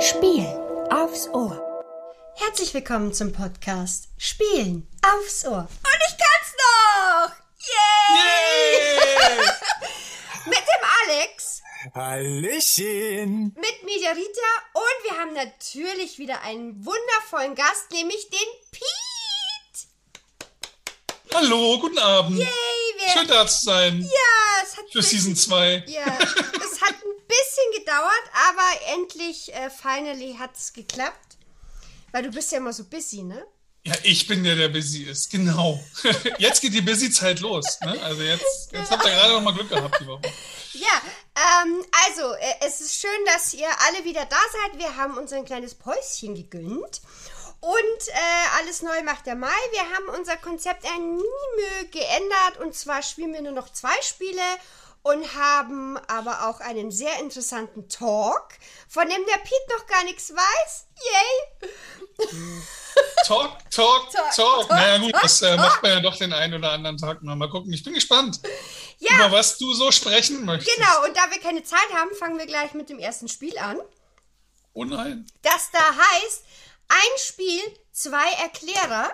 Spielen aufs Ohr. Herzlich willkommen zum Podcast Spielen aufs Ohr. Und ich kann's noch! Yay! Mit dem Alex, Hallöchen! mit Mediarita und wir haben natürlich wieder einen wundervollen Gast, nämlich den Pete. Hallo, guten Abend. Yay, wir, Schön da zu sein ja, es hat für Season 2. Ja, es hat ein bisschen gedauert, aber endlich, äh, finally hat's geklappt. Weil du bist ja immer so busy, ne? Ja, ich bin der, der busy ist, genau. Jetzt geht die Busy-Zeit los. Ne? Also jetzt, jetzt habt ihr gerade noch mal Glück gehabt die Woche. Ja, ähm, also äh, es ist schön, dass ihr alle wieder da seid. Wir haben uns ein kleines Päuschen gegönnt. Und äh, alles neu macht der Mai. Wir haben unser Konzept ein Minimö geändert. Und zwar spielen wir nur noch zwei Spiele und haben aber auch einen sehr interessanten Talk, von dem der Pete noch gar nichts weiß. Yay! Talk, Talk, talk, talk. talk, naja gut, das äh, talk. macht man ja doch den einen oder anderen Tag noch. Mal gucken, ich bin gespannt, Ja. über was du so sprechen möchtest. Genau, und da wir keine Zeit haben, fangen wir gleich mit dem ersten Spiel an. Oh nein. Das da heißt, ein Spiel, zwei Erklärer.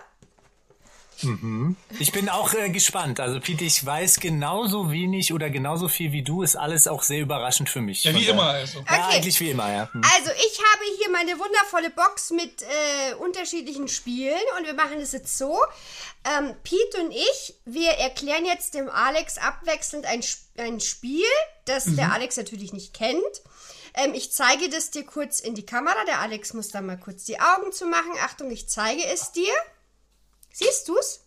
Ich bin auch äh, gespannt. Also, Pete, ich weiß genauso wenig oder genauso viel wie du. Ist alles auch sehr überraschend für mich. Ja, wie Von immer daher- also. Ja, Okay. eigentlich wie immer, ja. Hm. Also, ich habe hier meine wundervolle Box mit äh, unterschiedlichen Spielen und wir machen es jetzt so. Ähm, Pete und ich, wir erklären jetzt dem Alex abwechselnd ein, Sp- ein Spiel, das Mhm. der Alex natürlich nicht kennt. Ähm, ich zeige das dir kurz in die Kamera. Der Alex muss da mal kurz die Augen zu machen. Achtung, ich zeige es dir. Siehst du's?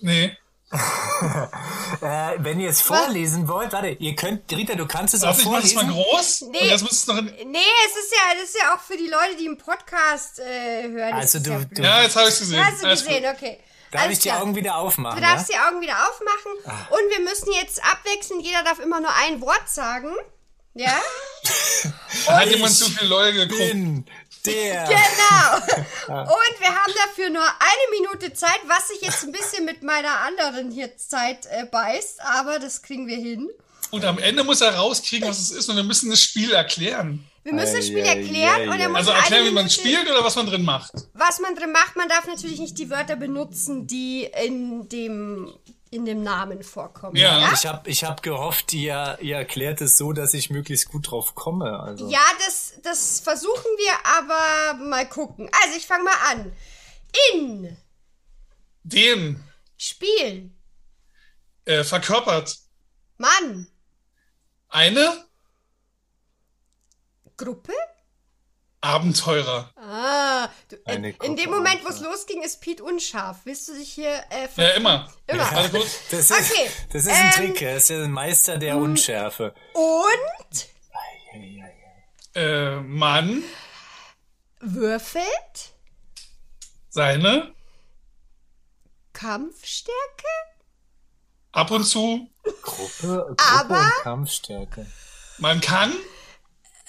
Nee. Äh, wenn ihr es vorlesen wollt, warte, ihr könnt, Rita, du kannst es auch Also ich mache das mal vorlesen. groß. Nee. Und jetzt muss es noch in, Nee, es ist ja, das ist ja auch für die Leute, die einen Podcast äh, hören. Das Also, ist du, ja du ja, jetzt habe ich gesehen. Hast du Alles gut. gesehen, okay. darf Alles ich die klar. Augen wieder aufmachen. Du darfst ja? die Augen wieder aufmachen Ah. und wir müssen jetzt abwechseln. Jeder darf immer nur ein Wort sagen. Ja? Oh. Hat jemand zu viel Leute geguckt? bin der. Genau. Ah. Und wir haben dafür nur eine Minute Zeit, was sich jetzt ein bisschen mit meiner anderen hier Zeit äh, beißt, aber das kriegen wir hin. Und am Ende muss er rauskriegen, was es ist, und wir müssen das Spiel erklären. Wir müssen das Spiel Ei, ei, erklären ei, und er ei. muss Also eine erklären, wie man Minute- spielt oder was man drin macht. was man drin macht, man darf natürlich nicht die Wörter benutzen, die in dem, in dem Namen vorkommen. Ja. ja? Ich habe ich hab gehofft, ihr, ihr erklärt es so, dass ich möglichst gut drauf komme. Also. Ja, das, das versuchen wir, aber mal gucken. Also ich fange mal an. In Den Spiel äh, verkörpert Mann eine Gruppe. Abenteurer. Ah, du, äh, Eine in Gruppe dem Moment, wo es losging, ist Pete unscharf. Willst du dich hier äh, ver- Ja, immer. Immer. Also gut. Das ist, Okay, das ist ein ähm, mm. Trick, er ist ja ein Meister der Unschärfe. und Äh, Mann würfelt seine Kampfstärke? ab und zu. Gruppe, Gruppe Aber- und Kampfstärke. Man kann.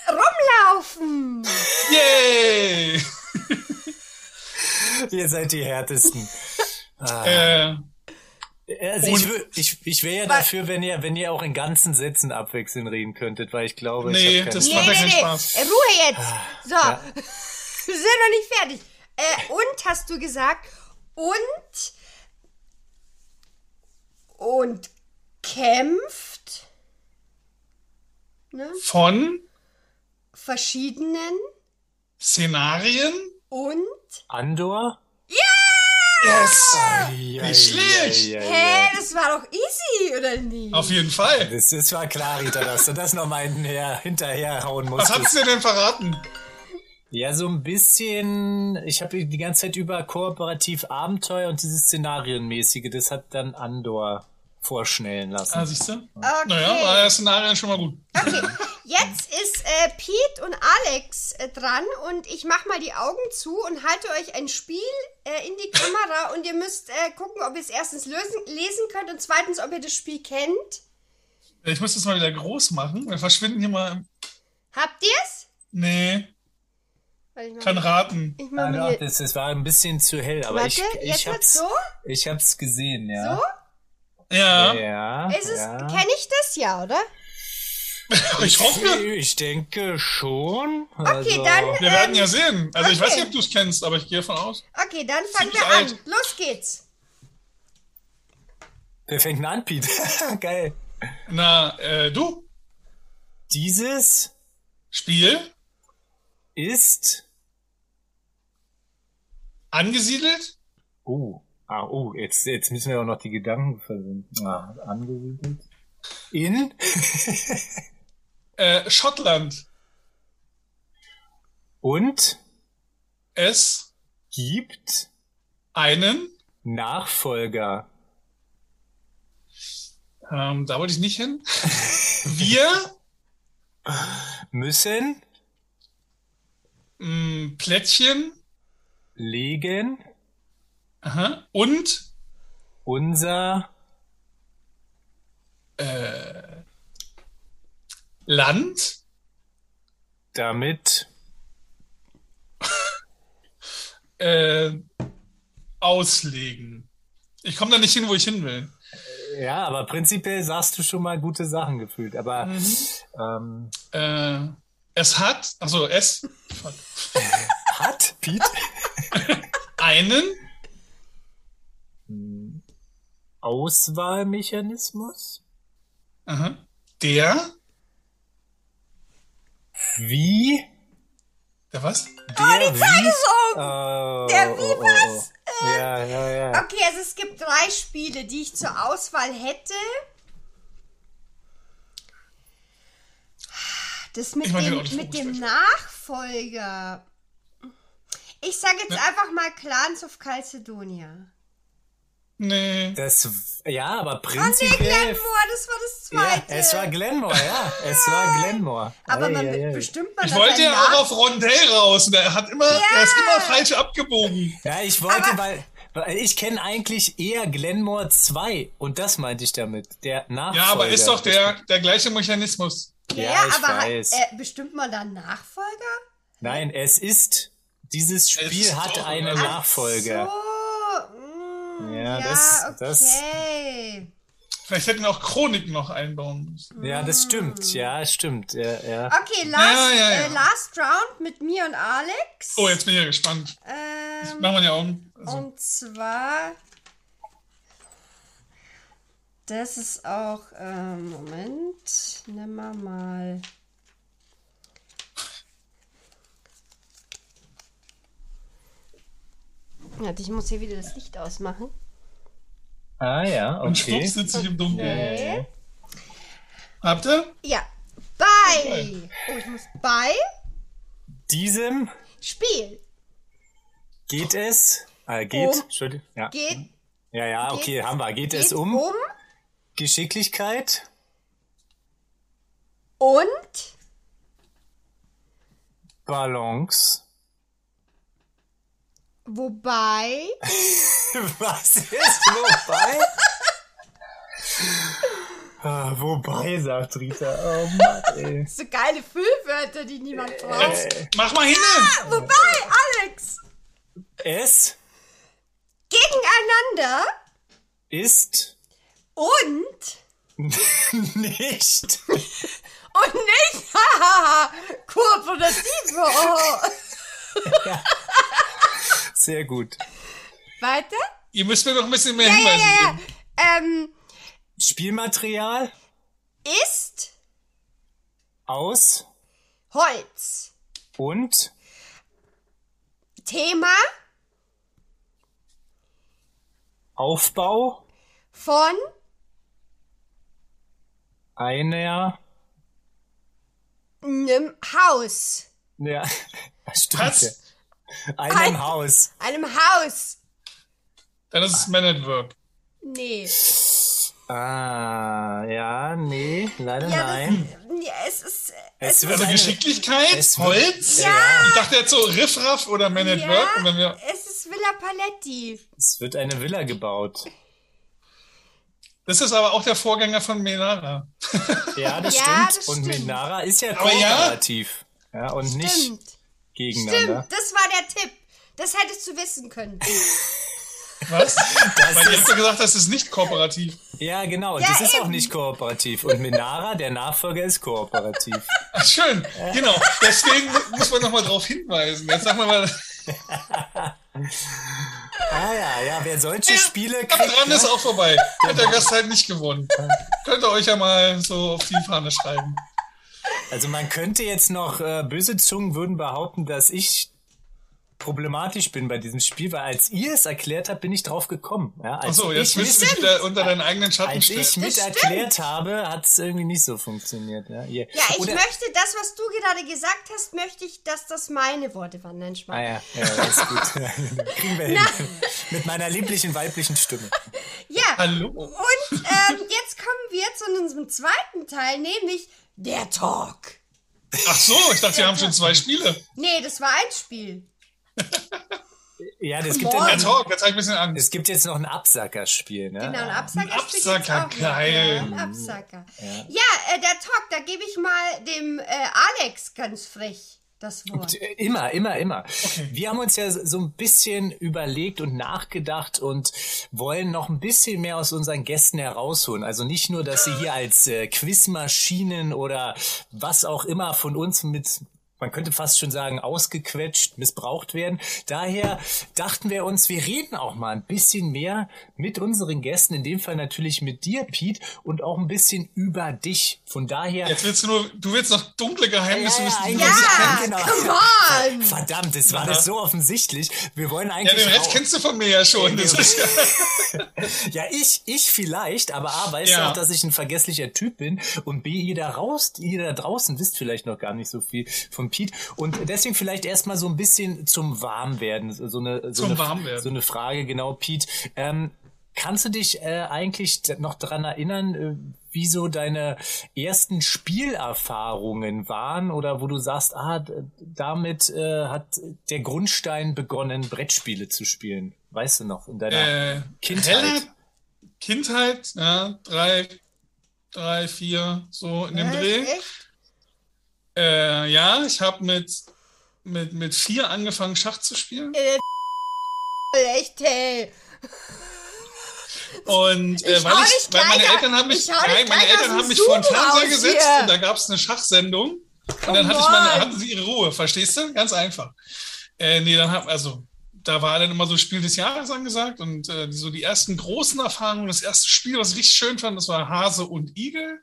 Rumlaufen! Yay! Ihr seid die härtesten. Äh, Also ich, wür- ich, ich wäre ja dafür, wenn ihr, wenn ihr auch in ganzen Sätzen abwechselnd reden könntet, weil ich glaube, Nee, ich hab keine- das- Nee, macht ja nee, keinen nee. Spaß. Ah, Äh, Ruhe jetzt. So. Wir sind noch nicht fertig. Äh, und hast du gesagt? Und. Und kämpft ne, von verschiedenen Szenarien. und. Andor? Yes! Ja, schlecht. Hä, ja, ja, ja. das war doch easy, oder nicht? Oh Auf jeden Fall. Das, das war klar, Rita, dass du das nochmal hinterher, hinterherhauen Was musstest. hat's dir denn verraten? Ja, so ein bisschen. Ich habe die ganze Zeit über kooperativ Abenteuer und dieses Szenarienmäßige, das hat dann Andor vorschnellen lassen. Ah, siehst du? Okay. Naja, war ja Szenarien schon mal gut. Okay, jetzt ist äh, Pete und Alex äh, dran und ich mach mal die Augen zu und halte euch ein Spiel äh, in die Kamera und ihr müsst äh, gucken, ob ihr es erstens lösen, lesen könnt und zweitens, ob ihr das Spiel kennt. Ich muss das mal wieder groß machen. Wir verschwinden hier mal. im- Habt ihr's? Nee, Warte, Ich mach, kann raten. ich Ah, mach doch, mal hier. das, das war ein bisschen zu hell, aber Warte, ich, ich jetzt wird's hab's, so? ich hab's gesehen, ja. So? Ja. Ja. Ist es, ja. kenne ich das ja, oder? Ich hoffe, Ich denke schon. Also, Okay, dann- wir werden ja sehen. Also ich weiß Okay. nicht, ob du es kennst, aber ich gehe davon aus. Okay, dann fangen Ziemlich wir an. alt. Los geht's. Wer fängt denn an, Pete? Geil. Na, äh, du, Dieses Spiel ist. angesiedelt? Oh. Ah, oh, jetzt, jetzt müssen wir auch noch die Gedanken versenden. Ah, angesiedelt. In Äh, Schottland. und Es gibt einen. Nachfolger. Ähm, da wollte ich nicht hin. Wir Müssen mh, mm, Plättchen legen aha, und unser Land damit äh, auslegen. Ich komme da nicht hin, wo ich hin will. Ja, aber prinzipiell sagst du schon mal gute Sachen gefühlt. Aber ähm, Äh, es hat, also es hat Pete einen Auswahlmechanismus? Aha. Der? Wie? Der was? Der oh, die Zeit ist um. Oh, Der oh, wie oh, was? Oh. Ja, ja, ja. Okay, also es gibt drei Spiele, die ich zur Auswahl hätte. Das mit, Ich meine, dem, genau, das mit dem Fokus Nachfolger. Ich sage jetzt einfach mal Clans of Calcedonia. Nee. Das, ja, Ah, aber nee, prinzipiell. Glenmore, das war das ja, zweite. es war Glenmore, ja. Es war Glenmore. Aber man Ei, ei, ei. bestimmt man Ich dass wollte ein ja Nach- auch auf Rondell raus. und Er hat immer, er ist immer falsch abgebogen. Ja, ich wollte, Aber- weil, weil ich kenne eigentlich eher Glenmore 2 und das meinte ich damit. Der Nachfolger. Ja, aber ist doch der, der gleiche Mechanismus. Ja, Ja, ich aber hat, weiß. äh, bestimmt man da einen Nachfolger? Nein, es ist. Dieses Es Spiel ist hat doch- eine Ach Nachfolge. So, mm, ja, Ja, das- das- okay. Vielleicht hätten wir auch Chronik noch einbauen müssen. Ja, das stimmt. Ja, stimmt. Ja, ja. Ah. Okay, last, Ja, ja, ja. Äh, last Round mit mir und Alex. Oh, jetzt bin ich ja gespannt. Ähm, Machen wir ja Augen. Also, und zwar. Das ist auch. Ähm, Moment. Nimm mal mal. Warte, ich muss hier wieder das Licht ausmachen. Ah ja, und schwupp okay. sitze ich im Dunkeln. Okay. Habt ihr? Ja. Bei. Oh, ich muss bei. Diesem Spiel. geht es. Äh, geht. Um. Entschuldigung. Ja. Geht, ja, ja, okay, haben wir. Geht, geht es um, Geschicklichkeit, und Balance. wobei. Was ist wobei? ah, wobei, sagt Rita. Oh Mann, ey. So geile Füllwörter, die Äh. niemand braucht. Jetzt mach mal hin! Ah! Wobei, Alex. Es Gegeneinander ist und. Und nicht. nicht. hahaha, Kooperative. Oh. Sehr gut. Weiter? Ihr müsst mir noch ein bisschen mehr Ja, ja, Hinweise ja, geben. ja. Ähm, Spielmaterial ist aus Holz. und Thema Aufbau von einer. einem Haus. Ja, stimmt. Was? ja. Einem Ein- Haus. Einem Haus. Dann ist es Man at Work. Nee. Ah, ja, nee, leider Ja, nein. das, ja, es ist. Es wird Also eine- Geschicklichkeit, Es wird- Holz. Ja. Ich dachte jetzt so Riffraff oder Man at Ja. Work. Und wenn wir, Es ist Villa Paletti. Es wird eine Villa gebaut. das ist aber auch der Vorgänger von Menara. Ja, das Ja, stimmt. das und stimmt. Minara ist ja Aber ja. kooperativ. Ja, und nicht Stimmt. gegeneinander. Stimmt, das war der Tipp. Das hättest du wissen können. Was? Das Weil ihr habt ist, ja gesagt, das ist nicht kooperativ. ja, genau. Ja, das ist auch eben. nicht kooperativ. Und Minara, der Nachfolger, ist kooperativ. Ah, Schön, genau. Deswegen mu- muss man nochmal drauf hinweisen. Jetzt sagen wir mal, Ah ja, ja, wer solche Spiele ab kriegt, ne? dran ist auch vorbei. Hat der Gast halt nicht gewonnen. Könnt ihr euch ja mal so auf die Fahne schreiben. Also man könnte jetzt noch, äh, böse Zungen würden behaupten, dass ich problematisch bin bei diesem Spiel, weil als ihr es erklärt habt, bin ich drauf gekommen. Ja, als Achso, jetzt ich willst du mich- dich wieder unter deinen eigenen Schatten Als ich stellen. mit stimmt. erklärt habe, hat es irgendwie nicht so funktioniert. Ja, Ihr- Ja, ich Oder, möchte das, was du gerade gesagt hast, möchte ich, dass das meine Worte waren. Nein, Spaß. ah ja, ja, ist gut. Kriegen wir hin. Mit meiner lieblichen weiblichen Stimme. Ja, Hallo. und ähm, jetzt kommen wir zu unserem zweiten Teil, nämlich der Talk. Ach so, ich dachte, wir haben schon zwei Spiele. Nee, das war ein Spiel. Ja, das gibt, Moin. Ja, dann, Talk, jetzt habe ich ein bisschen Angst. es gibt jetzt noch ein Absackerspiel. Ne? Genau, ein Absacker. Ein spielt jetzt Absacker, auch noch. geil. Ja, ein Absacker. Ja, äh, der Talk, da gebe ich mal dem äh, Alex ganz frech das Wort. Äh, Immer, immer, immer. Wir haben uns ja so ein bisschen überlegt und nachgedacht und wollen noch ein bisschen mehr aus unseren Gästen herausholen. Also nicht nur, dass sie hier als äh, Quizmaschinen oder was auch immer von uns mit man könnte fast schon sagen, ausgequetscht, missbraucht werden. Daher dachten wir uns, wir reden auch mal ein bisschen mehr mit unseren Gästen, in dem Fall natürlich mit dir, Pete, und auch ein bisschen über dich. Von daher. Jetzt willst du nur, du willst noch dunkle Geheimnisse wissen. die du eigentlich- nicht kennst. Ah, Ja, genau. come on! Verdammt, es war das so offensichtlich. Wir wollen Ja, eigentlich. den Rest auch- kennst du von mir ja schon. Das ist ja, ja, ich, ich vielleicht, aber A, weißt du Ja. auch, dass ich ein vergesslicher Typ bin und B, ihr da raus, ihr da draußen wisst vielleicht noch gar nicht so viel von Pete und deswegen vielleicht erstmal so ein bisschen zum Warmwerden, so eine, so Zum eine, Warmwerden. so eine Frage, genau, Pete. Ähm, kannst du dich äh, eigentlich d- noch dran erinnern, äh, wie so deine ersten Spielerfahrungen waren oder wo du sagst, ah, d- damit äh, hat der Grundstein begonnen, Brettspiele zu spielen? Weißt du noch, in deiner äh, Kindheit? Helle Kindheit, ja, drei, drei, vier, so in dem Was? Dreh. Echt? Äh, ja, ich habe mit, mit, mit vier angefangen, Schach zu spielen. Echt, hey. Und äh, Ich weil, hau ich, dich weil meine gleich Eltern haben mich, ich hau dich nein, meine gleich aus Eltern dem haben mich vor den Zoom Fernseher raus gesetzt hier. und da gab es eine Schachsendung. Und dann Come hatte ich meine, on. hatten sie ihre Ruhe, verstehst du? Ganz einfach. Äh, nee, dann hab, also, da war dann immer so Spiel des Jahres angesagt und äh, so die ersten großen Erfahrungen, das erste Spiel, was ich richtig schön fand, das war Hase und Igel.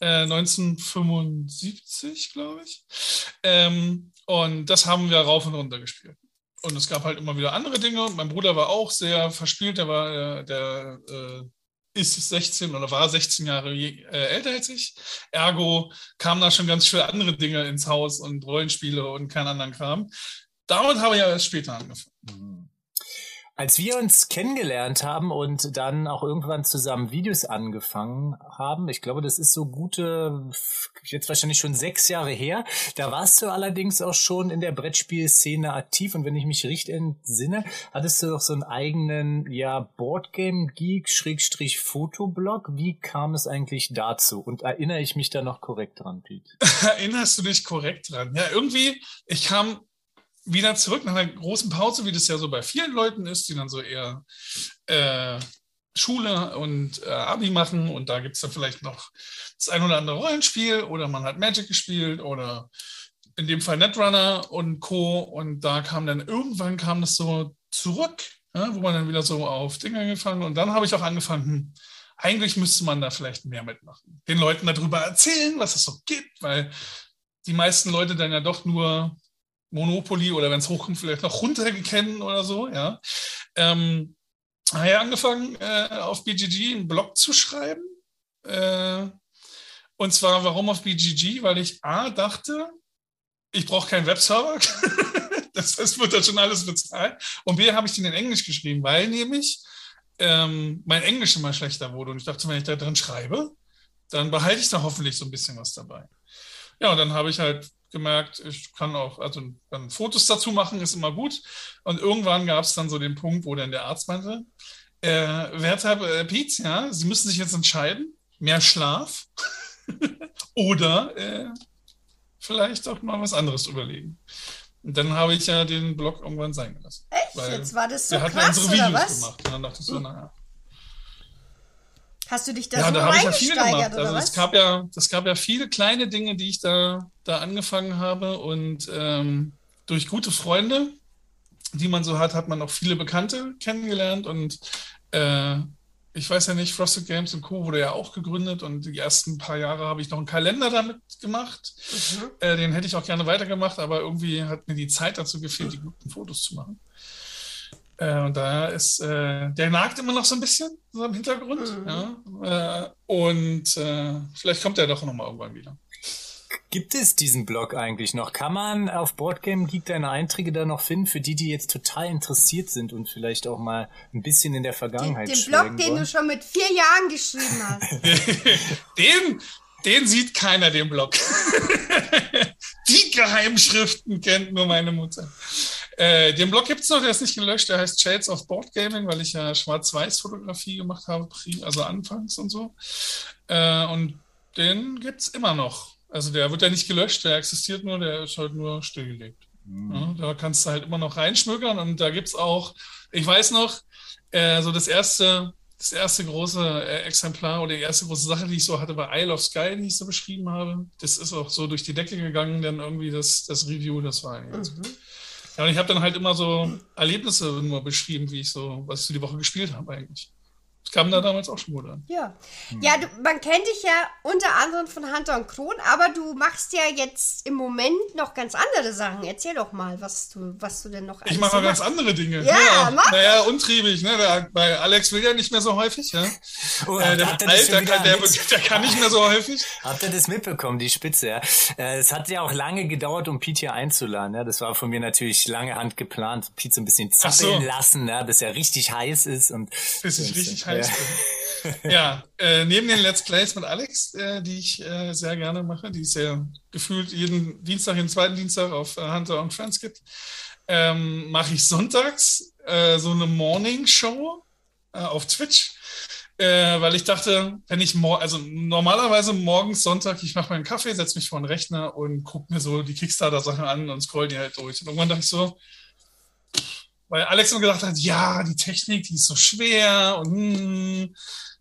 Äh, 1975, glaube ich. Ähm, und das haben wir rauf und runter gespielt. Und es gab halt immer wieder andere Dinge. Mein Bruder war auch sehr verspielt. Der war, äh, der äh, ist 16 oder war 16 Jahre je- äh, älter als ich. Ergo kamen da schon ganz viele andere Dinge ins Haus und Rollenspiele und keinen anderen Kram. Damit habe ich ja erst später angefangen. Als wir uns kennengelernt haben und dann auch irgendwann zusammen Videos angefangen haben, ich glaube, das ist so gute, jetzt wahrscheinlich schon sechs Jahre her, da warst du allerdings auch schon in der Brettspielszene aktiv und wenn ich mich richtig entsinne, hattest du doch so einen eigenen, ja, Boardgame-Geek, Schrägstrich, Fotoblog. Wie kam es eigentlich dazu? Und erinnere ich mich da noch korrekt dran, Pete? Erinnerst du dich korrekt dran? Ja, irgendwie, ich kam wieder zurück nach einer großen Pause, wie das ja so bei vielen Leuten ist, die dann so eher äh, Schule und äh, Abi machen und da gibt es dann vielleicht noch das ein oder andere Rollenspiel oder man hat Magic gespielt oder in dem Fall Netrunner und Co. Und da kam dann irgendwann kam das so zurück, ja, wo man dann wieder so auf Dinge gefangen und dann habe ich auch angefangen, hm, eigentlich müsste man da vielleicht mehr mitmachen. Den Leuten darüber erzählen, was es so gibt, weil die meisten Leute dann ja doch nur Monopoly oder wenn es hochkommt, vielleicht noch runter kennen oder so, ja. Ähm, habe ja angefangen, äh, auf BGG einen Blog zu schreiben. Äh, und zwar, warum auf BGG? Weil ich A, dachte, ich brauche keinen Webserver. das, das wird dann schon alles bezahlt. Und B, habe ich den in Englisch geschrieben, weil nämlich ähm, mein Englisch immer schlechter wurde. Und ich dachte, wenn ich da drin schreibe, dann behalte ich da hoffentlich so ein bisschen was dabei. Ja, und dann habe ich halt gemerkt, ich kann auch, also dann Fotos dazu machen, ist immer gut. Und irgendwann gab es dann so den Punkt, wo dann der Arzt meinte, äh, werter äh, Piet, ja, Sie müssen sich jetzt entscheiden, mehr Schlaf oder äh, vielleicht auch mal was anderes überlegen. Und Und dann habe ich ja den Blog irgendwann sein gelassen. Echt? Weil Jetzt war das so der hat mir krass, unsere oder Videos was? gemacht. Und dann dachte ich so, naja. Hast du dich da Ja, so da habe ich ja viel reingesteigert, gemacht. oder Also was? es gab ja, es gab ja viele kleine Dinge, die ich da, da angefangen habe. Und ähm, durch gute Freunde, die man so hat, hat man auch viele Bekannte kennengelernt. Und äh, ich weiß ja nicht, Frosted Games und Co. wurde ja auch gegründet. Und die ersten paar Jahre habe ich noch einen Kalender damit gemacht. Mhm. Äh, den hätte ich auch gerne weitergemacht, aber irgendwie hat mir die Zeit dazu gefehlt, die guten Fotos zu machen. Äh, und da ist, äh, der nagt immer noch so ein bisschen so im Hintergrund. Ja? Äh, und äh, vielleicht kommt er doch nochmal irgendwann wieder. Gibt es diesen Blog eigentlich noch? Kann man auf Boardgame Geek deine Einträge da noch finden, für die, die jetzt total interessiert sind und vielleicht auch mal ein bisschen in der Den, Vergangenheit den schwelgen Blog, den du wollen? schon mit vier Jahren geschrieben hast. Den, den sieht keiner, den Blog. Die Geheimschriften kennt nur meine Mutter. Äh, den Blog gibt es noch, der ist nicht gelöscht, der heißt Shades of Board Gaming, weil ich ja Schwarz-Weiß-Fotografie gemacht habe, pri- also anfangs und so. Äh, und den gibt es immer noch. Also der wird ja nicht gelöscht, der existiert nur, der ist halt nur stillgelegt. Mhm. Ja, da kannst du halt immer noch reinschmökern und da gibt es auch, ich weiß noch, äh, so das erste, das erste große äh, Exemplar oder die erste große Sache, die ich so hatte bei Isle of Sky, die ich so beschrieben habe, das ist auch so durch die Decke gegangen, dann irgendwie das, das Review, das war eigentlich. Mhm. ganz gut. Ja, und ich habe dann halt immer so Erlebnisse immer beschrieben, wie ich so, was ich so die Woche gespielt habe eigentlich. Das kam da damals auch schon gut an. Ja, Hm. ja du, man kennt dich ja unter anderem von Hunter und Kron, aber du machst ja jetzt im Moment noch ganz andere Sachen. Erzähl doch mal, was du, was du denn noch Ich alles mache so mal ganz machst. andere Dinge. Ja, mach. Naja, untriebig, ne? Da, bei Alex will ja nicht mehr so häufig, ja. Oh, Äh, der habt ihr das schon Alter, wieder kann, der, mit- der kann nicht mehr so häufig. Habt ihr das mitbekommen, die Spitze? Ja? Äh, Es hat ja auch lange gedauert, um Pete hier einzuladen. Ja? Das war von mir natürlich lange Hand geplant. Pete so ein bisschen Ach so. zappeln lassen, ja? bis er richtig heiß ist. Und Bis ich richtig Ja. heiß bin. Ja, äh, neben den Let's Plays mit Alex, äh, die ich äh, sehr gerne mache, die es ja gefühlt jeden Dienstag, jeden zweiten Dienstag auf äh, Hunter und Friends gibt, ähm, mache ich sonntags äh, so eine Morning Show äh, auf Twitch. Äh, weil ich dachte, wenn ich mor also normalerweise morgens Sonntag, ich mache meinen Kaffee, setze mich vor den Rechner und gucke mir so die Kickstarter-Sachen an und scroll die halt durch. Und irgendwann dachte ich so, weil Alex immer gesagt hat, ja, die Technik, die ist so schwer und hm.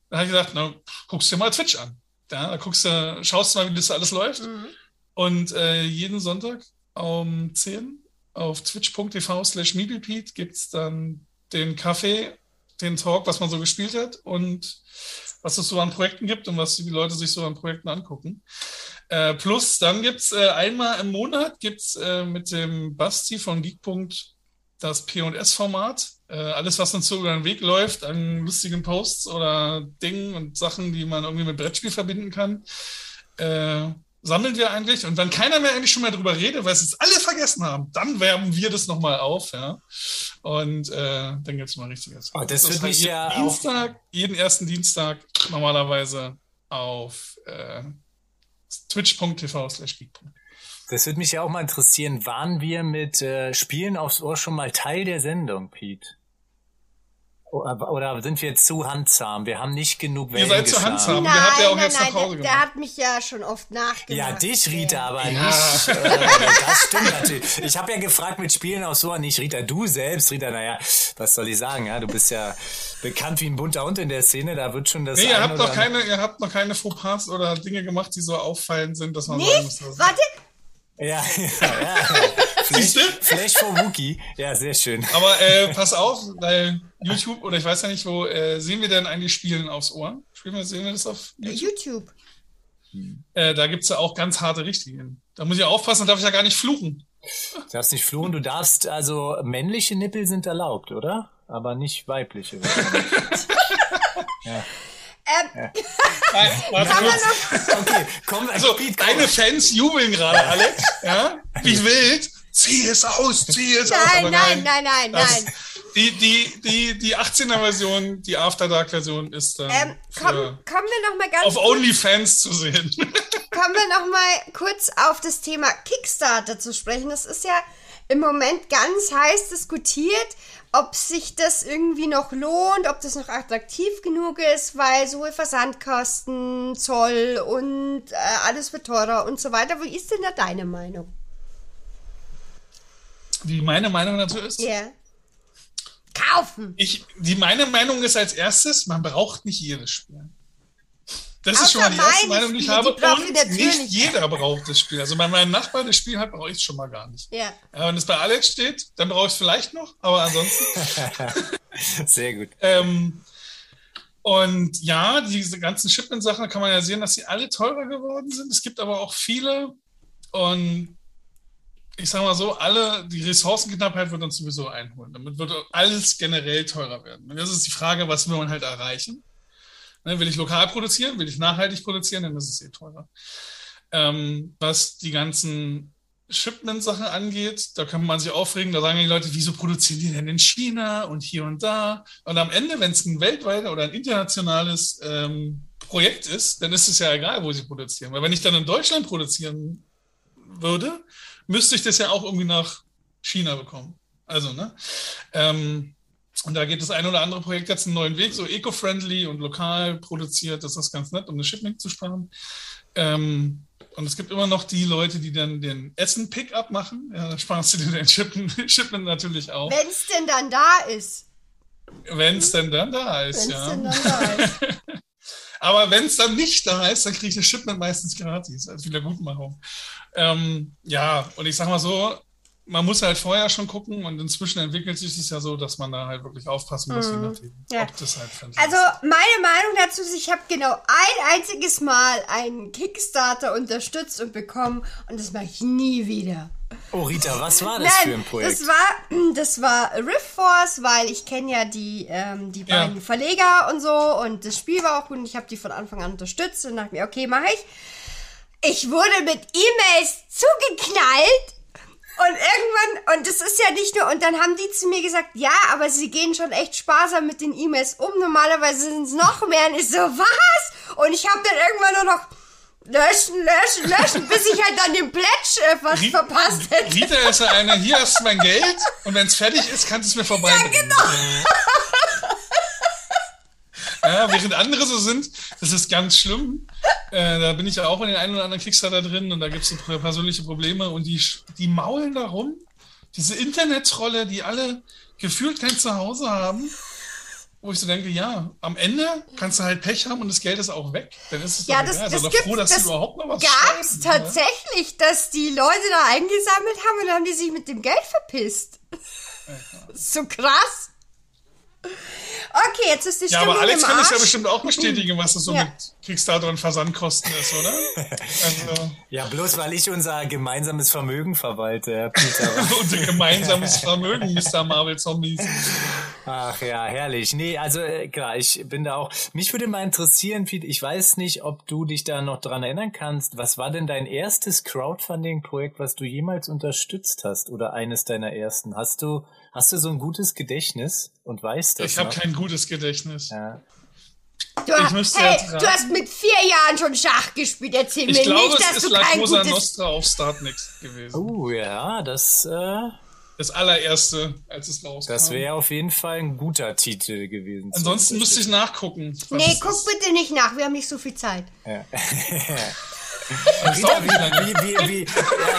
dann habe ich gesagt, na, guckst dir mal Twitch an. Ja, da guckst du, schaust du mal, wie das alles läuft. Mhm. Und äh, jeden Sonntag um 10 auf twitch.tv slash meepepeat gibt es dann den Kaffee, den Talk, was man so gespielt hat und was es so an Projekten gibt und was die Leute sich so an Projekten angucken. Äh, plus, dann gibt es äh, einmal im Monat gibt's, äh, mit dem Basti von Geekpunkt das P&S-Format. Äh, alles, was uns so über den Weg läuft an lustigen Posts oder Dingen und Sachen, die man irgendwie mit Brettspiel verbinden kann, äh, sammeln wir eigentlich. Und wenn keiner mehr eigentlich schon mehr drüber redet, weil es jetzt alle vergessen haben, dann wärmen wir das nochmal auf. Ja? Und äh, dann gibt es mal richtiges. Oh, das wird halt mich jeden ja auch- Dienstag, jeden ersten Dienstag normalerweise auf äh, twitch.tv slash geek.de. das würde mich ja auch mal interessieren. Waren wir mit äh, Spielen aufs Ohr schon mal Teil der Sendung, Pete? Oder, oder sind wir zu handzahm? Wir haben nicht genug Wellen seid zu geschlagen. handzahm. Nein, Der hat ja auch nein, jetzt nein, nach Hause der, der gemacht. hat mich ja schon oft nachgemacht. Ja, dich, Ja. Rita, aber Ja. nicht. Äh, das stimmt natürlich. Ich habe ja gefragt mit Spielen aus so, nicht Rita, du selbst, Rita, naja, was soll ich sagen? Ja, du bist ja bekannt wie ein bunter Hund in der Szene, da wird schon das. Nee, ihr ein habt, oder noch keine, ihr habt noch keine Fauxpas oder Dinge gemacht, die so auffallend sind, dass man sagen muss, Nicht? das- Warte, andere- Ja, ja, ja. Flash, Siehste? Flash for Wookie. Ja, sehr schön. Aber äh, pass auf, weil YouTube oder ich weiß ja nicht wo, äh, sehen wir denn eigentlich Spielen aufs Ohr? Spielen wir, sehen wir das auf YouTube? YouTube. Äh, da gibt es ja auch ganz harte Richtlinien. Da muss ich ja aufpassen, da darf ich ja gar nicht fluchen. Du darfst nicht fluchen, du darfst, also männliche Nippel sind erlaubt, oder? Aber nicht weibliche. Ähm, Nein, warte kann man kurz. noch, Okay, komm, Also, Pete, komm. deine Fans jubeln gerade, Alex. Ja? Wie wild. Zieh es aus, zieh es aus. nein, Aber nein, nein, nein, Das- nein. Die, die, die, die 18er-Version, die After Dark-Version ist dann Ähm, komm, für, kommen wir noch mal ganz auf OnlyFans zu sehen. kommen wir noch mal kurz auf das Thema Kickstarter zu sprechen. Das ist ja im Moment ganz heiß diskutiert, ob sich das irgendwie noch lohnt, ob das noch attraktiv genug ist, weil so hohe Versandkosten, Zoll und äh, alles wird teurer und so weiter. Wie ist denn da deine Meinung? wie meine Meinung dazu ist? Ja. Kaufen. Ich, die, meine Meinung ist als erstes, man braucht nicht jedes Spiel. Das Außer ist schon mal die meine erste Meinung, die ich Spiele, habe. die brauchen Und natürlich nicht nicht. jeder braucht das Spiel. Also bei meinem Nachbarn das Spiel hat, brauche ich es schon mal gar nicht. Ja. Ja, wenn es bei Alex steht, dann brauche ich es vielleicht noch, aber ansonsten. Sehr gut. ähm, und ja, diese ganzen Shipment-Sachen kann man ja sehen, dass sie alle teurer geworden sind. Es gibt aber auch viele. Und ich sag mal so, alle, die Ressourcenknappheit wird uns sowieso einholen. Damit wird alles generell teurer werden. Und das ist die Frage, was will man halt erreichen? Ne, will ich lokal produzieren? Will ich nachhaltig produzieren? Dann ist es eh teurer. Ähm, was die ganzen Shipment-Sachen angeht, da kann man sich aufregen, da sagen die Leute, wieso produzieren die denn in China und hier und da? Und am Ende, wenn es ein weltweites oder ein internationales ähm, Projekt ist, dann ist es ja egal, wo sie produzieren. Weil wenn ich dann in Deutschland produzieren würde, müsste ich das ja auch irgendwie nach China bekommen. Also, ne? Ähm, und da geht das ein oder andere Projekt jetzt einen neuen Weg, so eco-friendly und lokal produziert. Das ist ganz nett, um das Shipment zu sparen. Ähm, und es gibt immer noch die Leute, die dann den Essen-Pickup machen. Ja, dann sparst du dir den Shipment, Shipment natürlich auch, Wenn es denn dann da ist. wenn es denn dann da ist. Wenn es ja. denn dann da ist. Aber wenn es dann nicht da ist, dann kriege ich das Shipment meistens gratis als Wiedergutmachung. Ähm, ja, und ich sag mal so, man muss halt vorher schon gucken und inzwischen entwickelt sich es ja so, dass man da halt wirklich aufpassen muss, je nachdem, Mhm. Ja. ob das halt fertig Also ist. meine Meinung dazu ist, ich habe genau ein einziges Mal einen Kickstarter unterstützt und bekommen und das mache ich nie wieder. Oh, Rita, was war das für ein Projekt? das war hm, das war Rift Force, weil ich kenne ja die ähm, die Ja. beiden Verleger und so und das Spiel war auch gut und ich habe die von Anfang an unterstützt und dachte mir, okay, mache ich. Ich wurde mit E-Mails zugeknallt und irgendwann, und das ist ja nicht nur, und dann haben die zu mir gesagt, ja, aber sie gehen schon echt sparsam mit den E-Mails um. Normalerweise sind es noch mehr. Und ich so, was? Und ich habe dann irgendwann nur noch löschen, löschen, löschen, bis ich halt dann den Plätsch äh, was Ri- verpasst hätte. Rita ist ja eine, hier hast du mein Geld und wenn es fertig ist, kannst du es mir vorbeibringen. Ja, genau. Ja, während andere so sind, das ist ganz schlimm. Äh, da bin ich ja auch in den einen oder anderen Kickstarter drin und da gibt es so pr- persönliche Probleme und die, sch- die maulen da rum. Diese Internet-Trolle, die alle gefühlt kein Zuhause haben, wo ich so denke, ja, am Ende kannst du halt Pech haben und das Geld ist auch weg. Dann ist es Ja, doch das- egal. das Sei doch gibt's- froh, dass das sie überhaupt noch was Gab's schreiben, ne? tatsächlich, dass die Leute da eingesammelt haben und dann haben die sich mit dem Geld verpisst. so krass. Okay, jetzt ist die Ja, Stimmung aber Alex im kann Arsch. das ja bestimmt auch bestätigen, was das so Ja. mit Kickstarter und Versandkosten ist, oder? Also Ja, bloß weil ich unser gemeinsames Vermögen verwalte, Herr Peter. unser gemeinsames Vermögen, Mr. Marvel Zombies. Ach ja, herrlich. Nee, also äh, klar, ich bin da auch. Mich würde mal interessieren, Piet, ich weiß nicht, ob du dich da noch dran erinnern kannst. Was war denn dein erstes Crowdfunding-Projekt, was du jemals unterstützt hast oder eines deiner ersten? Hast du, hast du so ein gutes Gedächtnis und weißt das? Ich habe noch? kein gutes Gedächtnis. Ja. Du, hast- müsste hey, jetzt raten. du hast mit vier Jahren schon Schach gespielt. Erzähl Ich mir glaube, nicht, dass es ist du La kein Cosa gutes... Nostra auf Startnext gewesen. Oh ja, das, äh, Das allererste, als es rauskam. das wäre auf jeden Fall ein guter Titel gewesen. zu Ansonsten müsste ich unterstützen. nachgucken. was Nee, es guck ist. bitte nicht nach, wir haben nicht so viel Zeit. Rita, wie, wie, wie, wie, ja,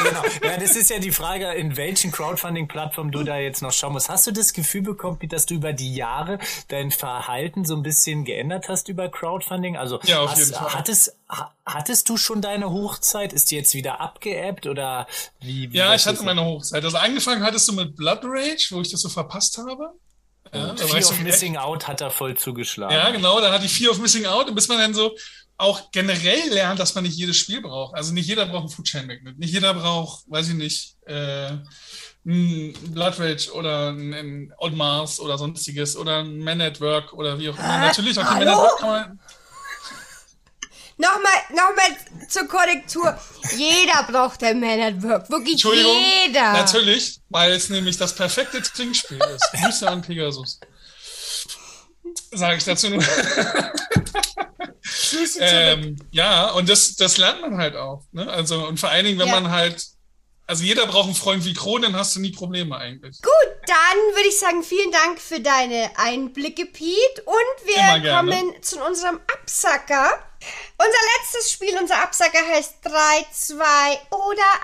genau. Ja, das ist ja die Frage, in welchen Crowdfunding-Plattformen du da jetzt noch schauen musst. Hast du das Gefühl bekommen, Piet, dass du über die Jahre dein Verhalten so ein bisschen geändert hast über Crowdfunding? Also, Ja, auf hast, jeden Fall. Hattest, ha- hattest du schon deine Hochzeit? Ist die jetzt wieder abgeebbt oder wie? wie Ja, was ich hatte ist- meine Hochzeit. Also angefangen hattest du mit Blood Rage, wo ich das so verpasst habe. Ja, da war Fear ich so of im Missing Out hat er voll zugeschlagen. Ja, genau, da hat die Fear of Missing Out, und bis man dann so auch generell lernt, dass man nicht jedes Spiel braucht. Also nicht jeder braucht ein Food Chain Magnet, nicht jeder braucht, weiß ich nicht, äh, ein Blood Rage oder ein, ein Odd Mars oder sonstiges oder ein Man at Work oder wie auch immer. Natürlich, okay, Man at hallo? Work kann man, Nochmal, nochmal zur Korrektur. Jeder braucht ein Man at Work. Wirklich Entschuldigung, jeder. natürlich, weil es nämlich das perfekte Trinkspiel ist. Grüße an Pegasus. Sage ich dazu nur. Grüße zurück. Ähm, ja, und das, das lernt man halt auch. Ne? Also, und vor allen Dingen, wenn Ja. man halt, also jeder braucht einen Freund wie Kron, dann hast du nie Probleme eigentlich. Gut, dann würde ich sagen, vielen Dank für deine Einblicke, Pete. Und Immer wir gerne. kommen zu unserem Absacker. Unser letztes Spiel, unser Absacker heißt 3, 2 oder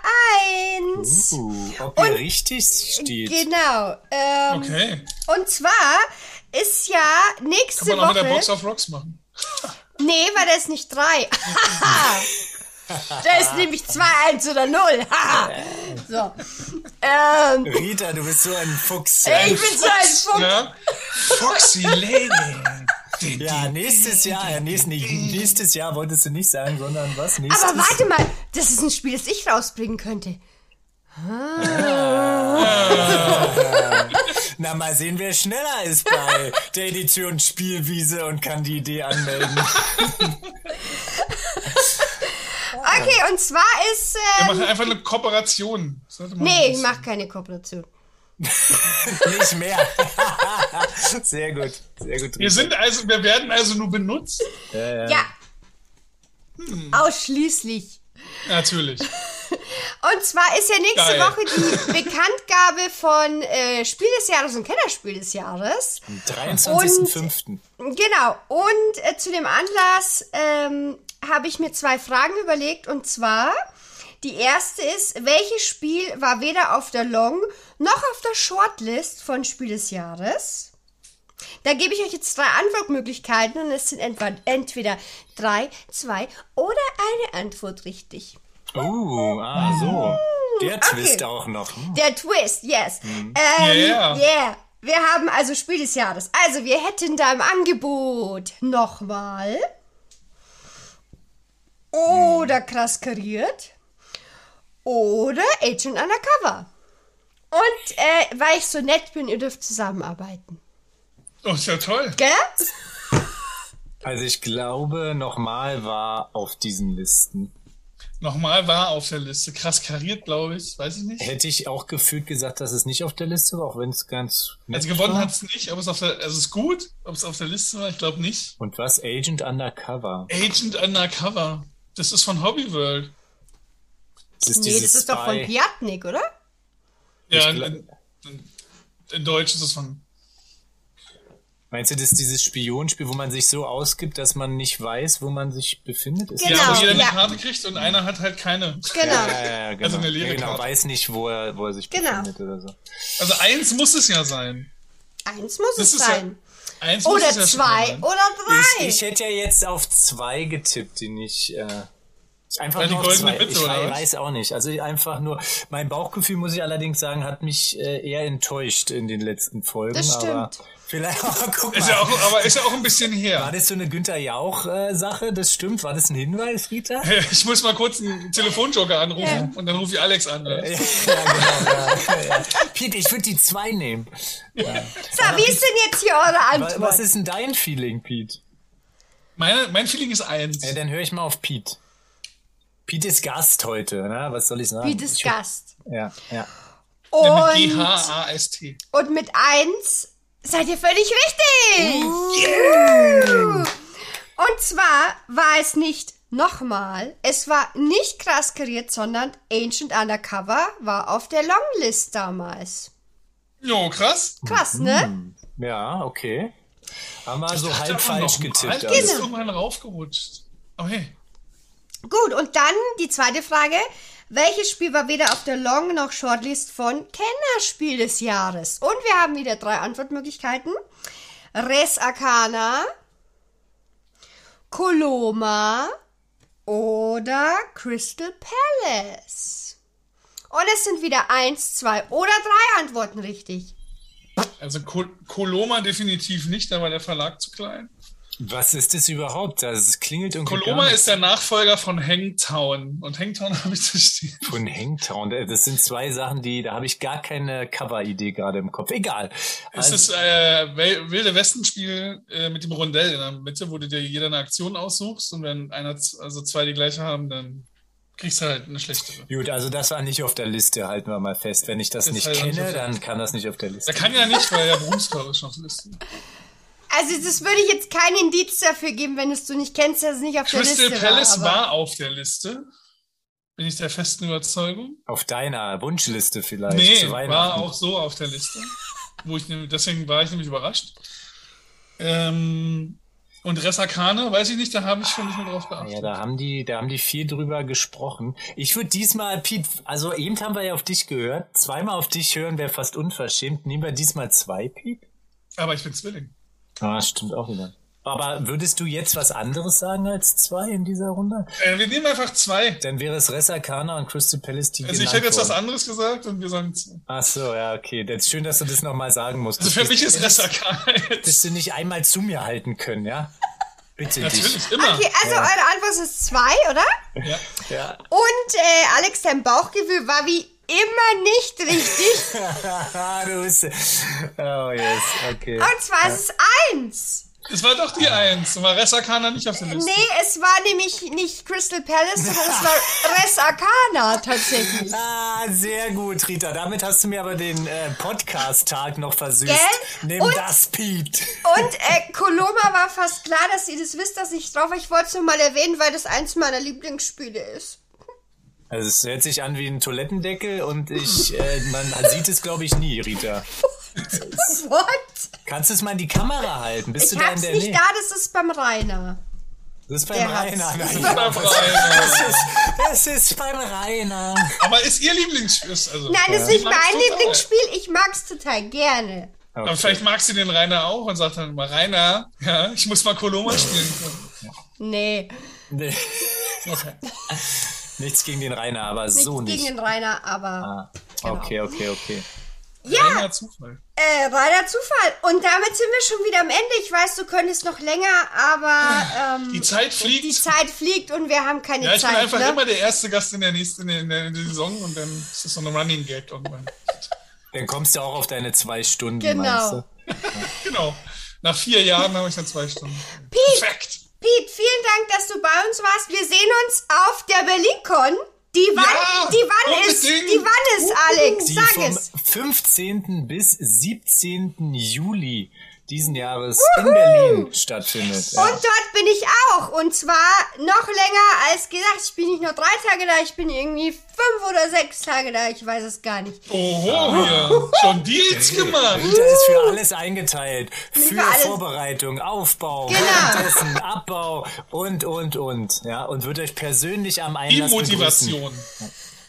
1. Uh, ob hier Und- richtig steht. Genau. Ähm, Okay. Und zwar ist ja nächste Kann man auch mit der Box Woche. of Rocks machen. Nee, weil der ist nicht 3. der ist nämlich 2, 1 oder 0. so. Ähm, Rita, du bist so ein Fuchs. ich bin so ein Funk. Ja? Foxy Lady. Die- die- ja, nächstes Jahr, ja, nächstes, nächstes Jahr wolltest du nicht sagen, sondern was? Nächstes Aber warte mal, das ist ein Spiel, das ich rausbringen könnte. Na, mal sehen, wer schneller ist bei der Edition Spielwiese und kann die Idee anmelden. Okay, und zwar ist. Wir Äh, machen einfach eine Kooperation. Das sollte man nee, ich wissen. mache keine Kooperation. Nicht mehr. sehr gut, sehr gut. Wir sind also, wir werden also nur benutzt. Ja. Ausschließlich. Natürlich. Und zwar ist ja nächste Geil. Woche die Bekanntgabe von äh, Spiel des Jahres und Kennerspiel des Jahres. 23.05. Genau. Und äh, zu dem Anlass ähm, habe ich mir zwei Fragen überlegt. Und zwar, die erste ist, welches Spiel war weder auf der Long noch auf der Shortlist von Spiel des Jahres? Da gebe ich euch jetzt drei Antwortmöglichkeiten und es sind entwa- entweder drei, zwei oder eine Antwort richtig. Uh, ah, so. Der Twist auch noch. Hm. Der Twist, yes. Mhm. Ähm, Yeah. yeah. Wir haben also Spiel des Jahres. Also wir hätten da im Angebot nochmal. Oder Mhm. krass kariert. Oder Agent Undercover. Und äh, weil ich so nett bin, ihr dürft zusammenarbeiten. Oh, ist ja toll. Gell? Also ich glaube, nochmal war auf diesen Listen. Nochmal war auf der Liste. Krass kariert, glaube ich. Weiß ich nicht. Hätte ich auch gefühlt gesagt, dass es nicht auf der Liste war, auch wenn es ganz nett Also gewonnen war. hat es nicht, ob es auf der, also es ist gut, ob es auf der Liste war, ich glaube nicht. Und was? Agent Undercover. Agent Undercover. Das ist von Hobby World. Das ist Nee, dieses das ist doch von Spy. Piatnik, oder? Ja, Ich in, glaub- in, in Deutsch ist es von. Meinst du, das ist dieses Spionspiel, wo man sich so ausgibt, dass man nicht weiß, wo man sich befindet? Ist Genau. Ja, wo jeder ja. eine Karte kriegt und einer hat halt keine. Genau. das- Ja, ja, ja, genau. Also eine leere ja, genau. Karte. Weiß nicht, wo er, wo er sich Genau. befindet oder so. Also eins muss es ja sein. Eins muss Das es ist ja- sein. Eins muss oder es ja schon zwei sein. oder drei. Ich, ich hätte ja jetzt auf zwei getippt, die nicht. Äh, einfach Weil die nur auf goldene zwei. Bitte, ich oder wei- was? weiß auch nicht. Also einfach nur. Mein Bauchgefühl, muss ich allerdings sagen, hat mich äh, eher enttäuscht in den letzten Folgen. Das Aber stimmt. vielleicht. guck Ist ja mal. auch, aber ist ja auch ein bisschen War her. das so eine Günther Jauch-Sache? das stimmt. War das ein Hinweis, Rita? Ich muss mal kurz einen Telefonjoker anrufen und dann rufe ich Alex an. ja, genau. Ja, ja. Peter, ich würde die zwei nehmen. so, wie ist denn jetzt hier eure Was, Antwort? was ist denn dein Feeling, Pete? Meine, mein Feeling ist eins. Ja, dann höre ich mal auf Pete. Pete ist Gast heute, ne? Was soll ich sagen? Wie das ich, Gast. Ja, ja. Und Mit G-H-A-S-T. Und mit 1 seid ihr völlig richtig. Juhu. Und zwar war es nicht nochmal, es war nicht krass kariert, sondern Ancient Undercover war auf der Longlist damals. Jo, krass. Krass, ne? Ja, okay. Haben wir so Also halb Dachte man falsch noch mal, getippt. also. Das alles. ist irgendwann raufgerutscht. Oh hey. Gut, und dann die zweite Frage. Welches Spiel war weder auf der Long- noch Shortlist von Kennerspiel des Jahres? Und wir haben wieder drei Antwortmöglichkeiten. Res Arcana, Coloma oder Crystal Palace. Und es sind wieder eins, zwei oder drei Antworten richtig. Also Col- Coloma definitiv nicht, da war der Verlag zu klein. Was ist das überhaupt? Das klingelt irgendwie Coloma gar ist der Nachfolger von Hangtown. Und Hangtown habe ich zu stehen. nicht von Hangtown. Das sind zwei Sachen, die, da habe ich gar keine Cover-Idee gerade im Kopf. Egal. Also, Es ist äh, Wel- Wilde Westenspiel äh, mit dem Rondell in der Mitte, wo du dir jeder eine Aktion aussuchst und wenn einer, z- also zwei die gleiche haben, dann kriegst du halt eine schlechtere. Gut, also das war nicht auf der Liste, halten wir mal fest. Wenn ich das Ist nicht halt kenne, insofern- dann kann das nicht auf der Liste. Der kann ja nicht, weil der Brunstor ist noch ist. Also, das würde ich jetzt kein Indiz dafür geben, wenn es du nicht kennst, dass es nicht auf Crystal der Liste Palace war. aber- war auf der Liste. Bin ich der festen Überzeugung. Auf deiner Wunschliste vielleicht. Nee, zu Weihnachten. war auch so auf der Liste. Wo ich, nämlich- deswegen war ich nämlich überrascht. Ähm, Und Ressakane, weiß ich nicht, da habe ich schon nicht mehr drauf Ja, geachtet. da haben die, da haben die viel drüber gesprochen. Ich würde diesmal, Piet, also eben haben wir ja auf dich gehört. Zweimal auf dich hören wäre fast unverschämt. Nehmen wir diesmal zwei, Piet? Aber ich bin Zwilling. Ah, stimmt auch wieder. Aber würdest du jetzt was anderes sagen als zwei in dieser Runde? Äh, wir nehmen einfach zwei. Dann wäre es Ressa Kana und Crystal Palace, die Also ich genannt hätte jetzt was wurden. anderes gesagt und wir sagen zwei. Ach so, ja, okay. Das ist schön, dass du das nochmal sagen musst. Also für Dass- mich ist Ressakane jetzt Dass du nicht einmal zu mir halten können, ja? Bitte dich. natürlich immer. Okay, also eure Antwort ist zwei, oder? Ja. Ja. Und äh, Alex, dein Bauchgefühl war wie immer nicht richtig. Ah, du bist... Oh, yes, okay. Und zwar ist es eins. Es war doch die Eins. War Ressakane nicht auf der Liste. Nee, es war nämlich nicht Crystal Palace, sondern es war Res Arcana tatsächlich. Ah, sehr gut, Rita. Damit hast du mir aber den äh, Podcast-Tag noch versüßt. Gell? Nimm Und- das, Piet. Und äh, Coloma war fast klar, dass ihr das wisst, dass ich drauf war. Ich wollte es nur mal erwähnen, weil das eins meiner Lieblingsspiele ist. Also es hört sich an wie ein Toilettendeckel und ich, äh, man sieht es, glaube ich, nie, Rita. What? Kannst du es mal in die Kamera halten? Bist Ich du da in hab's der nicht Nähe? da, das ist beim Rainer. Das ist beim Der hat's. Rainer. Das Nein, Ist aber frei. Das ist, das ist beim Rainer. Aber ist ihr Lieblingsspiel? ist Also, Nein, das ist nicht Magst mein du's auch? Lieblingsspiel. Ich mag's total gerne. Aber vielleicht mag sie den Rainer auch und sagt dann mal, Rainer, ja, ich muss mal Coloma spielen können. Nee, Nee, Okay. Nichts gegen den Rainer, aber nichts so gegen nicht. den Genau. Rainer, aber... Ah, Okay, okay, okay. Ja, Reiner Zufall. äh, Rainer Zufall. Und damit sind wir schon wieder am Ende. Ich weiß, du könntest noch länger, aber ähm, Die Zeit die fliegt. Zeit fliegt und wir haben keine Ja, ich bin Zeit. einfach Ne? immer der erste Gast in der nächsten in der, in der Saison und dann ist das so ein Running Gag irgendwann. Dann kommst du auch auf deine zwei Stunden, Genau. meinst du? genau. Nach vier Jahren habe ich dann zwei Stunden. Perfekt. Piet, vielen Dank, dass du bei uns warst. Wir sehen uns auf der BerlinCon. Die wann, Ja, die wann ist, unbedingt. Uh, die wann ist, Alex? Die Sag vom es. 15. bis 17. Juli diesen Jahres in Berlin stattfindet. Ja. Und dort bin ich auch. Und zwar noch länger als gedacht. Ich bin nicht nur drei Tage da, ich bin irgendwie fünf oder sechs Tage da. Ich weiß es gar nicht. Oho, hier. Schon Deals gemacht. Da ist für alles eingeteilt. Für alles. Vorbereitung, Aufbau, Genau. Währenddessen, Abbau und, und, und. Ja, und wird euch persönlich am Die Einlass begrüßen. Motivation.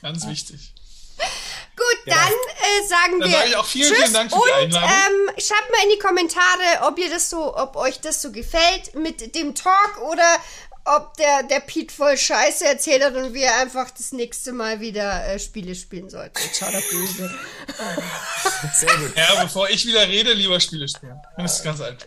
Ganz wichtig. Gut, dann äh, sagen Genau. Dann wir sage ich auch vielen, Tschüss vielen Dank für die und Einladung. Ähm, schreibt mal in die Kommentare, ob ihr das so, ob euch das so gefällt mit dem Talk oder ob der, der Pete voll Scheiße erzählt hat und wir einfach das nächste Mal wieder äh, Spiele spielen sollten. Schau doch böse. Sehr gut. Ja, bevor ich wieder rede, lieber Spiele spielen. Das ist ganz einfach.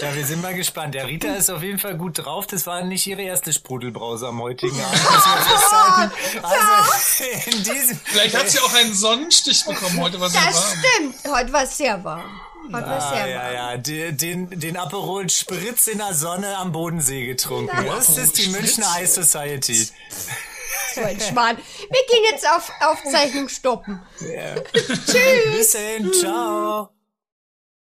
Ja, wir sind mal gespannt. Der Rita ist auf jeden Fall gut drauf. Das war nicht ihre erste Sprudelbrause am heutigen Abend. Das müssen wir festhalten. Also, in diesem, Vielleicht hat sie auch einen Sonnenstich bekommen heute, was Das war. stimmt. Heute war es sehr warm. Heute war es Ah, sehr ja, warm. ja, den, den, den Aperol Spritz in der Sonne am Bodensee getrunken. Nein. Das ist die Aperol Münchner High Society. So ein Schwan. Wir gehen jetzt auf Aufzeichnung stoppen. Bis dahin, ciao.